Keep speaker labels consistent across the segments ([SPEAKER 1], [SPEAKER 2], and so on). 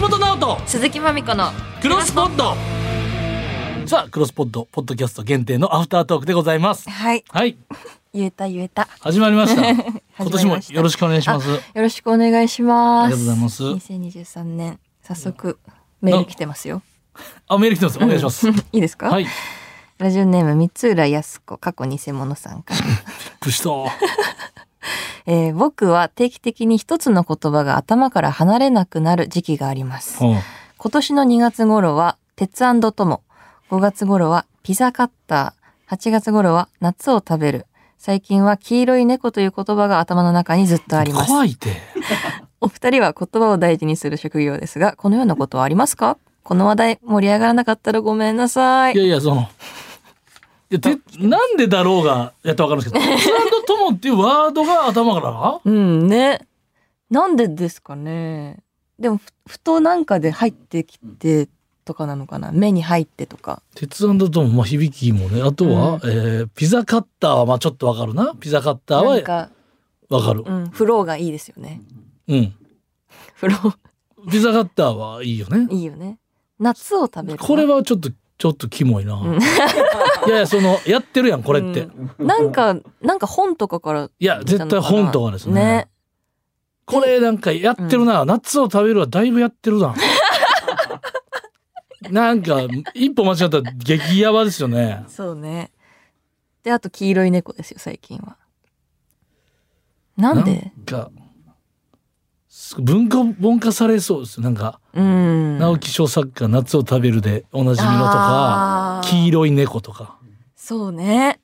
[SPEAKER 1] 橋本直人
[SPEAKER 2] 鈴木まみこの
[SPEAKER 1] クロスポッドさあクロスポッドポッドキャスト限定のアフタートークでございます
[SPEAKER 2] はい
[SPEAKER 1] はい
[SPEAKER 2] 言えた言えた
[SPEAKER 1] 始まりました今
[SPEAKER 2] 始ま
[SPEAKER 1] 年
[SPEAKER 2] り
[SPEAKER 1] も
[SPEAKER 2] ました
[SPEAKER 1] よろしくお願いします
[SPEAKER 2] よろしくお願いします
[SPEAKER 1] ありがとうございます
[SPEAKER 2] 2023年早速メール来てますよ
[SPEAKER 1] あメール来てますお願いします
[SPEAKER 2] いいですか、
[SPEAKER 1] はい
[SPEAKER 2] ラジオネーム三浦康子過去偽物さんから、
[SPEAKER 1] プシト
[SPEAKER 2] えー僕は定期的に一つの言葉が頭から離れなくなる時期があります
[SPEAKER 1] うん
[SPEAKER 2] 今年の2月頃は鉄トモ5月頃はピザカッター8月頃は夏を食べる最近は黄色い猫という言葉が頭の中にずっとあります
[SPEAKER 1] 怖いて
[SPEAKER 2] お二人は言葉を大事にする職業ですがこのようなことはありますかこの話題盛り上がらなかったらごめんなさ
[SPEAKER 1] い
[SPEAKER 2] い
[SPEAKER 1] やいやそのいやてなんでだろうがやったらわかるん ですけど「ツアンドトモ」っていうワードが頭から
[SPEAKER 2] うんねなんでですかねでもふふとなんかで入ってきてとかなのかな目に入ってとか
[SPEAKER 1] 鉄腕だとも、まあ、響きもね。あとは、えーピザカッターは、まあ、ちょっとわかるな。ピザカッター
[SPEAKER 2] なん
[SPEAKER 1] は、
[SPEAKER 2] か、
[SPEAKER 1] わかる。
[SPEAKER 2] うん、フローがいいですよね
[SPEAKER 1] うん。
[SPEAKER 2] フロー
[SPEAKER 1] ピザカッターはいいよね。
[SPEAKER 2] いいよね夏を食べる
[SPEAKER 1] これはちょっと、ちょっとキモいな。
[SPEAKER 2] ん
[SPEAKER 1] いやいや、その、やってるやん、これって。
[SPEAKER 2] うんなんかなんか本とかから
[SPEAKER 1] いや、絶対本とかですね。
[SPEAKER 2] ね
[SPEAKER 1] これなんかやってるな。夏を食べるはだいぶやってる な。なんか、一歩間違ったら激ヤバですよね。
[SPEAKER 2] そうねであと黄色い猫ですよ最近はなんで
[SPEAKER 1] なんか、す文化、文化されそうです。なんか、
[SPEAKER 2] うん
[SPEAKER 1] 直木賞作家夏を食べるでおなじみのと
[SPEAKER 2] あ
[SPEAKER 1] か
[SPEAKER 2] ー
[SPEAKER 1] 黄色い猫とか
[SPEAKER 2] そうね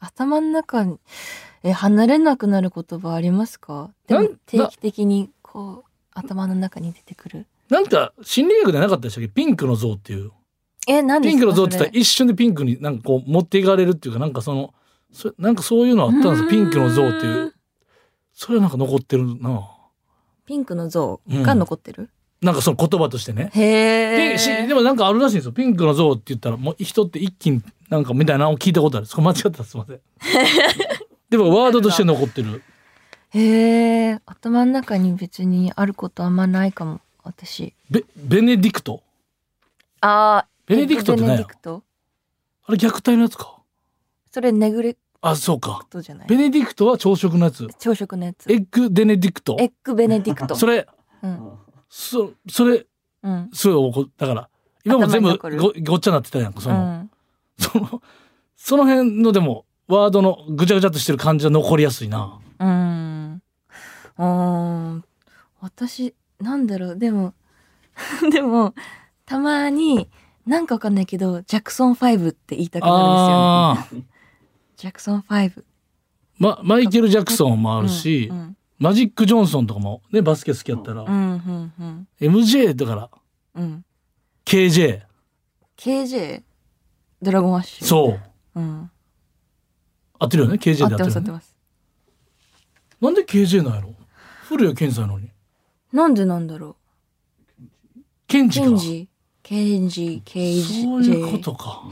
[SPEAKER 2] 頭の中にえ離れなくなる言葉ありますかで
[SPEAKER 1] な
[SPEAKER 2] も
[SPEAKER 1] んな
[SPEAKER 2] 定期的にこう頭の中に出てくる
[SPEAKER 1] なんか心理学でなかったでしたっけピンクの像っていう
[SPEAKER 2] え何です
[SPEAKER 1] ピ
[SPEAKER 2] か
[SPEAKER 1] ンクの像って言った
[SPEAKER 2] そ
[SPEAKER 1] ら一瞬でピンクになんかこう持っていかれるっていうかなんかそのそなんかそういうのあったんですよ
[SPEAKER 2] うーん
[SPEAKER 1] ピンクの像っていうそれはなんか残ってるな
[SPEAKER 2] れピンクの像が残ってる、
[SPEAKER 1] なんかその言葉としてね
[SPEAKER 2] へ
[SPEAKER 1] でし
[SPEAKER 2] え
[SPEAKER 1] でもなんかあるらしいんですよピンクの像って言ったらもう人って一気になんかみたいなのを聞いたことあるそこ間違ったらすいま せんでもワードとして残ってる
[SPEAKER 2] へえ頭の中に別にあることあんまないかも私
[SPEAKER 1] ベベネディクト
[SPEAKER 2] あー
[SPEAKER 1] ベネディクトって
[SPEAKER 2] ベネ
[SPEAKER 1] 何
[SPEAKER 2] デ
[SPEAKER 1] や
[SPEAKER 2] ィクト
[SPEAKER 1] あれ虐待のやつか
[SPEAKER 2] それネグレク
[SPEAKER 1] あ、そうか。
[SPEAKER 2] トじゃない
[SPEAKER 1] ベネディクトは朝食のやつ。
[SPEAKER 2] 朝食のやつ
[SPEAKER 1] エッグデネディクト
[SPEAKER 2] エ。ッグベネディクト
[SPEAKER 1] それ、
[SPEAKER 2] うん
[SPEAKER 1] そ、それ、
[SPEAKER 2] うん
[SPEAKER 1] すごい怒だから、今も全部
[SPEAKER 2] 頭に
[SPEAKER 1] ご
[SPEAKER 2] 残
[SPEAKER 1] ごっちゃになってたやんか、そうの、
[SPEAKER 2] ん
[SPEAKER 1] その、 その辺のでも、ワードのぐちゃぐちゃっとしてる感じは残りやすいな。
[SPEAKER 2] うーん。うーん。私、なんだろう、でも、 でも、たまに、なんかわかんないけど、ジャクソン5って言いたくな
[SPEAKER 1] ああ
[SPEAKER 2] るんですよね。
[SPEAKER 1] ー、
[SPEAKER 2] ジャクソン5。
[SPEAKER 1] ま、マイケル・ジャクソンもあるし、
[SPEAKER 2] うん、
[SPEAKER 1] マジック・ジョンソンとかも、ね、バスケ好きやったら、
[SPEAKER 2] うん、うん、うん。
[SPEAKER 1] MJ だから、
[SPEAKER 2] うん。
[SPEAKER 1] KJ。
[SPEAKER 2] KJ? ドラゴンアッシュ。
[SPEAKER 1] そう。
[SPEAKER 2] う。うん。
[SPEAKER 1] 合ってるよね ?KJ で
[SPEAKER 2] 合
[SPEAKER 1] 合っててる
[SPEAKER 2] っま
[SPEAKER 1] よ
[SPEAKER 2] す、合って
[SPEAKER 1] ね。
[SPEAKER 2] ます。
[SPEAKER 1] なんで KJ なんやろ古谷健さんやのに。
[SPEAKER 2] なんでなんだろう。
[SPEAKER 1] ケンジ
[SPEAKER 2] ケ
[SPEAKER 1] か。
[SPEAKER 2] ンジ、ケンジ、
[SPEAKER 1] そういうこ
[SPEAKER 2] KJ、
[SPEAKER 1] とか。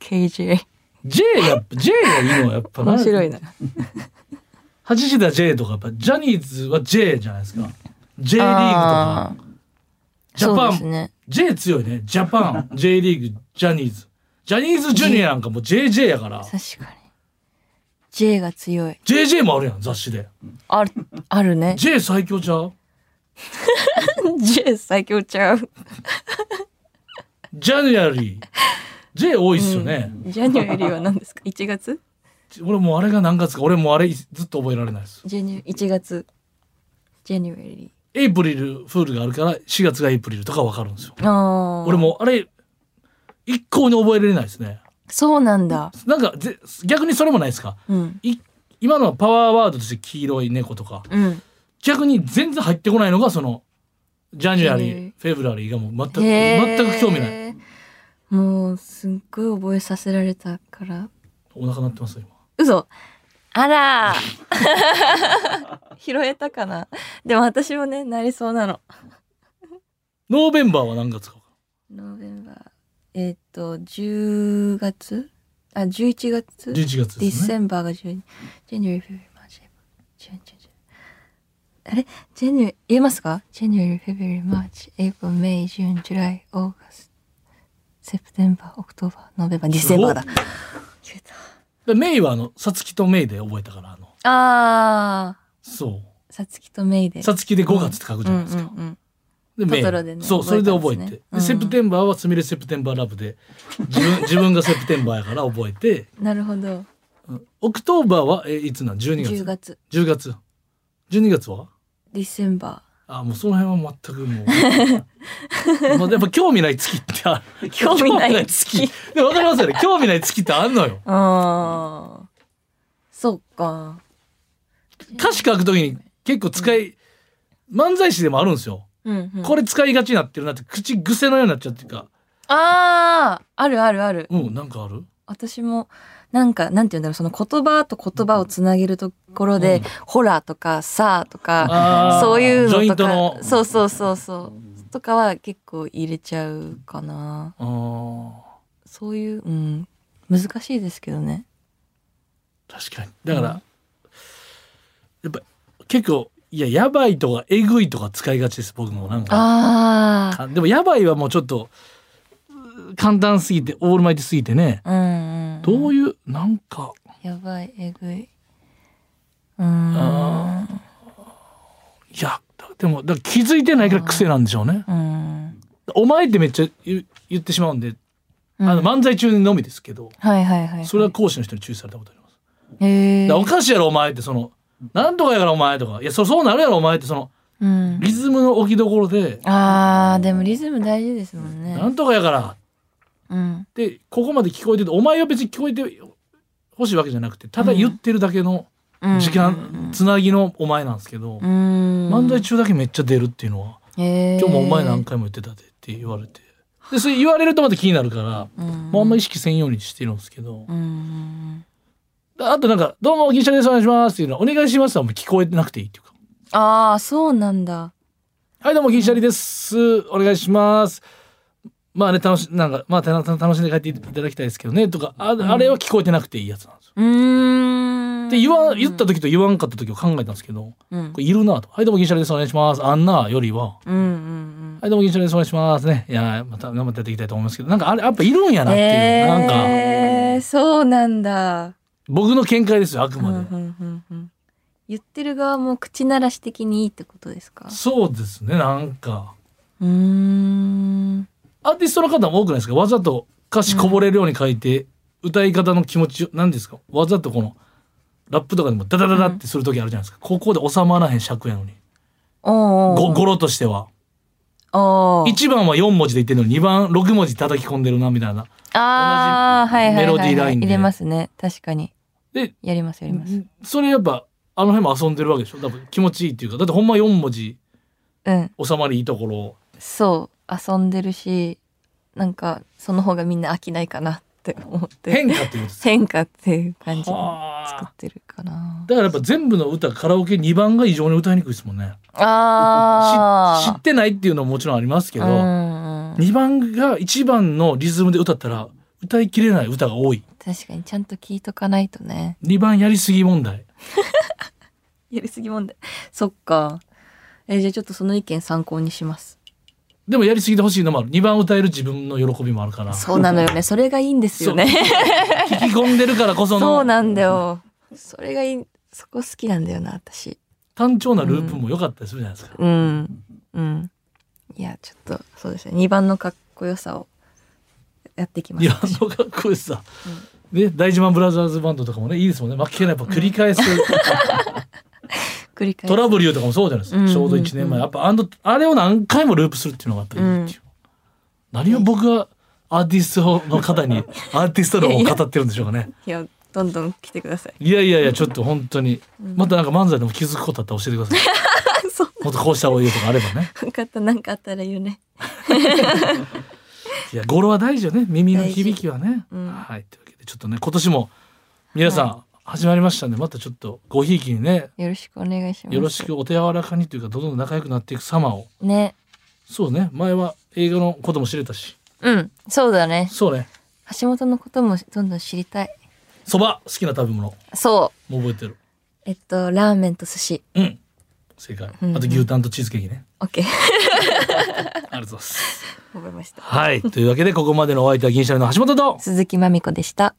[SPEAKER 2] KJ。
[SPEAKER 1] J やっぱ J がいいのはやっぱ
[SPEAKER 2] 面白いな。
[SPEAKER 1] 8時だ J とかやっぱジャニーズは J じゃないですか J リーグとか
[SPEAKER 2] あー
[SPEAKER 1] ジャパ
[SPEAKER 2] そう
[SPEAKER 1] ン、
[SPEAKER 2] ですね。
[SPEAKER 1] J 強いねジャパン J リーグジャニーズジャニーズジュニアなんかもう JJ やから
[SPEAKER 2] 確かに。J が強い。
[SPEAKER 1] JJ もあるやん雑誌で
[SPEAKER 2] ある、あるね。
[SPEAKER 1] J 最強ちゃう
[SPEAKER 2] J 最強ちゃう。
[SPEAKER 1] ジャニアリー J 多いっすよね、
[SPEAKER 2] ジャニュアリーは何ですか ?1 月
[SPEAKER 1] 俺もうあれが何月か俺もうあれずっと覚えられないです
[SPEAKER 2] ジェニュ、1月。ジェニュアリ
[SPEAKER 1] エイプリルフールがあるから4月がエイプリルとかわかるんですよ
[SPEAKER 2] ー。あー
[SPEAKER 1] 俺。もうあれ一向に覚えられないですね
[SPEAKER 2] そうなんだ。
[SPEAKER 1] なんかぜ逆にそれもないですか
[SPEAKER 2] うん。
[SPEAKER 1] い今のパワーワードとして黄色い猫とか
[SPEAKER 2] うん。
[SPEAKER 1] 逆に全然入ってこないのがそのジャニュアリ
[SPEAKER 2] へ
[SPEAKER 1] ー
[SPEAKER 2] ー
[SPEAKER 1] フェブラリーがもう全く
[SPEAKER 2] へー
[SPEAKER 1] 全く興味ない。
[SPEAKER 2] もう、すっごい覚えさせられたから。
[SPEAKER 1] お腹鳴ってますよ
[SPEAKER 2] 嘘あらー 拾えたかなでも私もね、なりそうなの。
[SPEAKER 1] 今ノーベンバーは何月か
[SPEAKER 2] ノーベンバー。えっ、と、10月あ、11月
[SPEAKER 1] 11月
[SPEAKER 2] デ
[SPEAKER 1] で
[SPEAKER 2] ィ
[SPEAKER 1] す
[SPEAKER 2] セ
[SPEAKER 1] ね
[SPEAKER 2] ンバーが12、ジェニューフェブリーマーチエプリルジュンジュンジュンあれジェニュ言えますかジェニュ r フェブリー、マーチ、エイプル、メイ、ジュン、ジュライ、オーガス、セプテンバー、オクトーバー、ノベバー、ディセンバーだ。言え
[SPEAKER 1] でメイはあのさつきとメイで覚えたからあの
[SPEAKER 2] た。あ
[SPEAKER 1] そ
[SPEAKER 2] ー、さつきとメイで。
[SPEAKER 1] うさつきで5月って書くじゃないですか、
[SPEAKER 2] うんうんうん
[SPEAKER 1] でメイ
[SPEAKER 2] トトロでね
[SPEAKER 1] そうそれで覚
[SPEAKER 2] 覚
[SPEAKER 1] え
[SPEAKER 2] え
[SPEAKER 1] て
[SPEAKER 2] たんですね
[SPEAKER 1] で
[SPEAKER 2] うん
[SPEAKER 1] セプテンバーはすみれセプテンバーラブで自 分自分がセプテンバーやから覚えて
[SPEAKER 2] なるほど。
[SPEAKER 1] うんオクトーバーはえいつなん12
[SPEAKER 2] 10
[SPEAKER 1] 月
[SPEAKER 2] 月、
[SPEAKER 1] 10月12月は
[SPEAKER 2] ディセンバ
[SPEAKER 1] あもうその辺は全くも うまあやっぱ興味ない月ってある
[SPEAKER 2] 興味ない月
[SPEAKER 1] 興味ない 月でわかりますよね興味ない月ってあんのよ
[SPEAKER 2] ー。あー、そうか。
[SPEAKER 1] 歌詞書くときに結構使い、漫才師でもあるんですよ
[SPEAKER 2] うんうん、
[SPEAKER 1] これ使いがちになってるなって口癖のようになっちゃうっていうか
[SPEAKER 2] あー、あるあるある。
[SPEAKER 1] うんなんかある
[SPEAKER 2] 私もなんかなんて言うんだろうその言葉と言葉をつなげるところで、
[SPEAKER 1] うん
[SPEAKER 2] ホラーとかさあとか
[SPEAKER 1] あー
[SPEAKER 2] そういう
[SPEAKER 1] ジョイ
[SPEAKER 2] の
[SPEAKER 1] ン
[SPEAKER 2] と
[SPEAKER 1] ト
[SPEAKER 2] か
[SPEAKER 1] の
[SPEAKER 2] そうそうそうそうとかは結構入れちゃうかな
[SPEAKER 1] あー
[SPEAKER 2] そういううん難しいですけどね
[SPEAKER 1] 確かにだから、
[SPEAKER 2] うん
[SPEAKER 1] やっぱ結構いややばいとかえぐいとか使いがちです僕もなんか
[SPEAKER 2] あ
[SPEAKER 1] あでもやばいはもうちょっとうー簡単すぎてオールマイティすぎてね
[SPEAKER 2] あうん、うん、
[SPEAKER 1] どう
[SPEAKER 2] いう
[SPEAKER 1] いうなんか
[SPEAKER 2] やばいえぐいうーん
[SPEAKER 1] いやだでもだから気づいてないから癖なんでしょうね
[SPEAKER 2] うん
[SPEAKER 1] お前ってめっちゃ言う言ってしまうんで、
[SPEAKER 2] うん
[SPEAKER 1] あの漫才中のみですけど
[SPEAKER 2] はいはいはいい
[SPEAKER 1] それは講師の人に注意されたことあります。
[SPEAKER 2] へえ
[SPEAKER 1] だからおかしいやろお前ってそのなんとかやからお前とかいやそそうなるやろお前ってその
[SPEAKER 2] うん
[SPEAKER 1] リズムの置きどころで
[SPEAKER 2] あーでもリズム大事ですもんね
[SPEAKER 1] なんとかやから
[SPEAKER 2] うん
[SPEAKER 1] でここまで聞こえててお前は別に聞こえてほしいわけじゃなくてただ言ってるだけの時間つなぎのお前なんですけど
[SPEAKER 2] うんうんうん
[SPEAKER 1] 漫才中だけめっちゃ出るっていうのは
[SPEAKER 2] へー
[SPEAKER 1] 今日もお前何回も言ってたでって言われてでそれ言われるとまた気になるから
[SPEAKER 2] うん
[SPEAKER 1] もうあんま意識せんようにしてるんですけど
[SPEAKER 2] うんうん
[SPEAKER 1] あとなんか「どうも銀シャですお願いします」っていうのは「お願いします」はもう聞こえてなくていいっていうか
[SPEAKER 2] ああそうなんだ
[SPEAKER 1] はい、どうも、銀シャリです。お願いします。まあね、楽し、なんか、まあ、たの楽しんで帰っていただきたいですけどね、とか、あ,、
[SPEAKER 2] ん
[SPEAKER 1] あれは聞こえてなくていいやつなんですよ。
[SPEAKER 2] うーん
[SPEAKER 1] で、言わ、言った時と言わんかった時を考えたんですけど、
[SPEAKER 2] うん
[SPEAKER 1] これいるなと。はい、どうも、銀シャリです。お願いします。あんなよりは、
[SPEAKER 2] うんうん
[SPEAKER 1] はい、どうも、銀シャリです。お願いしますね。いやー、また頑張ってやっていきたいと思いますけど、なんか、あれ、やっぱいるんや
[SPEAKER 2] うん
[SPEAKER 1] なっていう、
[SPEAKER 2] へ
[SPEAKER 1] なんか、
[SPEAKER 2] ーそうなんだ
[SPEAKER 1] 僕の見解ですよ、あく
[SPEAKER 2] うん
[SPEAKER 1] ま
[SPEAKER 2] う
[SPEAKER 1] で。
[SPEAKER 2] んうんうん言ってる側も口ならし的にいいってことですか
[SPEAKER 1] そうですね、なんか。
[SPEAKER 2] うーん
[SPEAKER 1] アーティストの方も多くないですかわざと歌詞こぼれるように書いて、歌い方の気持ちを何ですかわざとこのラップとかでもダダダダってする時あるじゃないですか、ここで収まらへん尺やのに、
[SPEAKER 2] おうお
[SPEAKER 1] ご
[SPEAKER 2] う
[SPEAKER 1] 語呂としては
[SPEAKER 2] おう
[SPEAKER 1] 1番は4文字で言ってるのに2番6文字叩き込んでるなみたいな
[SPEAKER 2] ああはいはいはい
[SPEAKER 1] メロディーラ
[SPEAKER 2] は
[SPEAKER 1] イ
[SPEAKER 2] い
[SPEAKER 1] ンで
[SPEAKER 2] 入れますね確かに
[SPEAKER 1] で
[SPEAKER 2] やりますやります
[SPEAKER 1] それやっぱあの辺も遊んでるわけでしょ多分気持ちいいっていうかだってほんま4文字
[SPEAKER 2] うん
[SPEAKER 1] 収まりいいところを
[SPEAKER 2] そう遊んでるしなんかその方がみんな飽きないかなって思って
[SPEAKER 1] 変化っていうことです
[SPEAKER 2] 変化っていう感じで作
[SPEAKER 1] は
[SPEAKER 2] っ
[SPEAKER 1] あ
[SPEAKER 2] てるかな
[SPEAKER 1] だからやっぱ全部の歌カラオケ2番が異常に歌いにくいですもんね
[SPEAKER 2] あ
[SPEAKER 1] し
[SPEAKER 2] ー
[SPEAKER 1] 知ってないっていうのももちろんありますけど、
[SPEAKER 2] うんうん
[SPEAKER 1] 2番が1番のリズムで歌ったら歌いきれない歌が多い
[SPEAKER 2] 確かにちゃんと聞いとかないとね
[SPEAKER 1] 2番やりすぎ問題
[SPEAKER 2] やりすぎ問題そっかえじゃあちょっとその意見参考にします
[SPEAKER 1] でもやりすぎてほしいのもある2番歌える自分の喜びもあるから
[SPEAKER 2] そうなのよねそれがいいんですよね
[SPEAKER 1] 聞き込んでるからこ
[SPEAKER 2] そ
[SPEAKER 1] そうの
[SPEAKER 2] なんだよそれがいいそこ好きなんだよな私
[SPEAKER 1] 単調なループも良かったりするじゃないですか、
[SPEAKER 2] うんうんいやちょっとそうですね2番のかっこよさをやっていきます
[SPEAKER 1] 2番のかっこいいさ、ね、大事マンブラザーズバンドとかもねいいですもんね負けないやっぱ繰り返す、
[SPEAKER 2] 繰り返す
[SPEAKER 1] トラブルとかもそうじゃないですか、
[SPEAKER 2] うん
[SPEAKER 1] ちょうど1年前やっぱあのあれを何回もループするっていうのがやっぱいいっていう、何を僕はアーティストの方 にアーティスト論を語ってるんでしょうかね
[SPEAKER 2] いやどんどん来てください
[SPEAKER 1] いやいやいやちょっと本当に
[SPEAKER 2] ん
[SPEAKER 1] またなんか漫才でも気づくことあったら教えてください
[SPEAKER 2] そん
[SPEAKER 1] もっとこうした方がいいとかあればね
[SPEAKER 2] な方なんかあったら言うね
[SPEAKER 1] いや語呂は大事よね耳の響きはね、
[SPEAKER 2] 大事うん
[SPEAKER 1] はいというわけでちょっとね今年も皆さん始まりましたんでまたちょっとごひいきにね
[SPEAKER 2] よろしくお願いします
[SPEAKER 1] よろしくお手柔らかにというかどんどん仲良くなっていく様を
[SPEAKER 2] ね
[SPEAKER 1] そうね前は映画のことも知れたし
[SPEAKER 2] うんそうだね
[SPEAKER 1] そうね
[SPEAKER 2] 橋本のこともどんどん知りたい
[SPEAKER 1] そば好きな食べ物も
[SPEAKER 2] そう
[SPEAKER 1] 覚えてる
[SPEAKER 2] えっとラーメンと寿司
[SPEAKER 1] うん正解。
[SPEAKER 2] うんうん
[SPEAKER 1] あと牛タンとチーズケーキね。
[SPEAKER 2] オッケ ー。
[SPEAKER 1] ありがとうございます。
[SPEAKER 2] 覚えました。
[SPEAKER 1] はい。というわけで、ここまでのお相手は銀シャリの橋本と、
[SPEAKER 2] 鈴木まみこでした。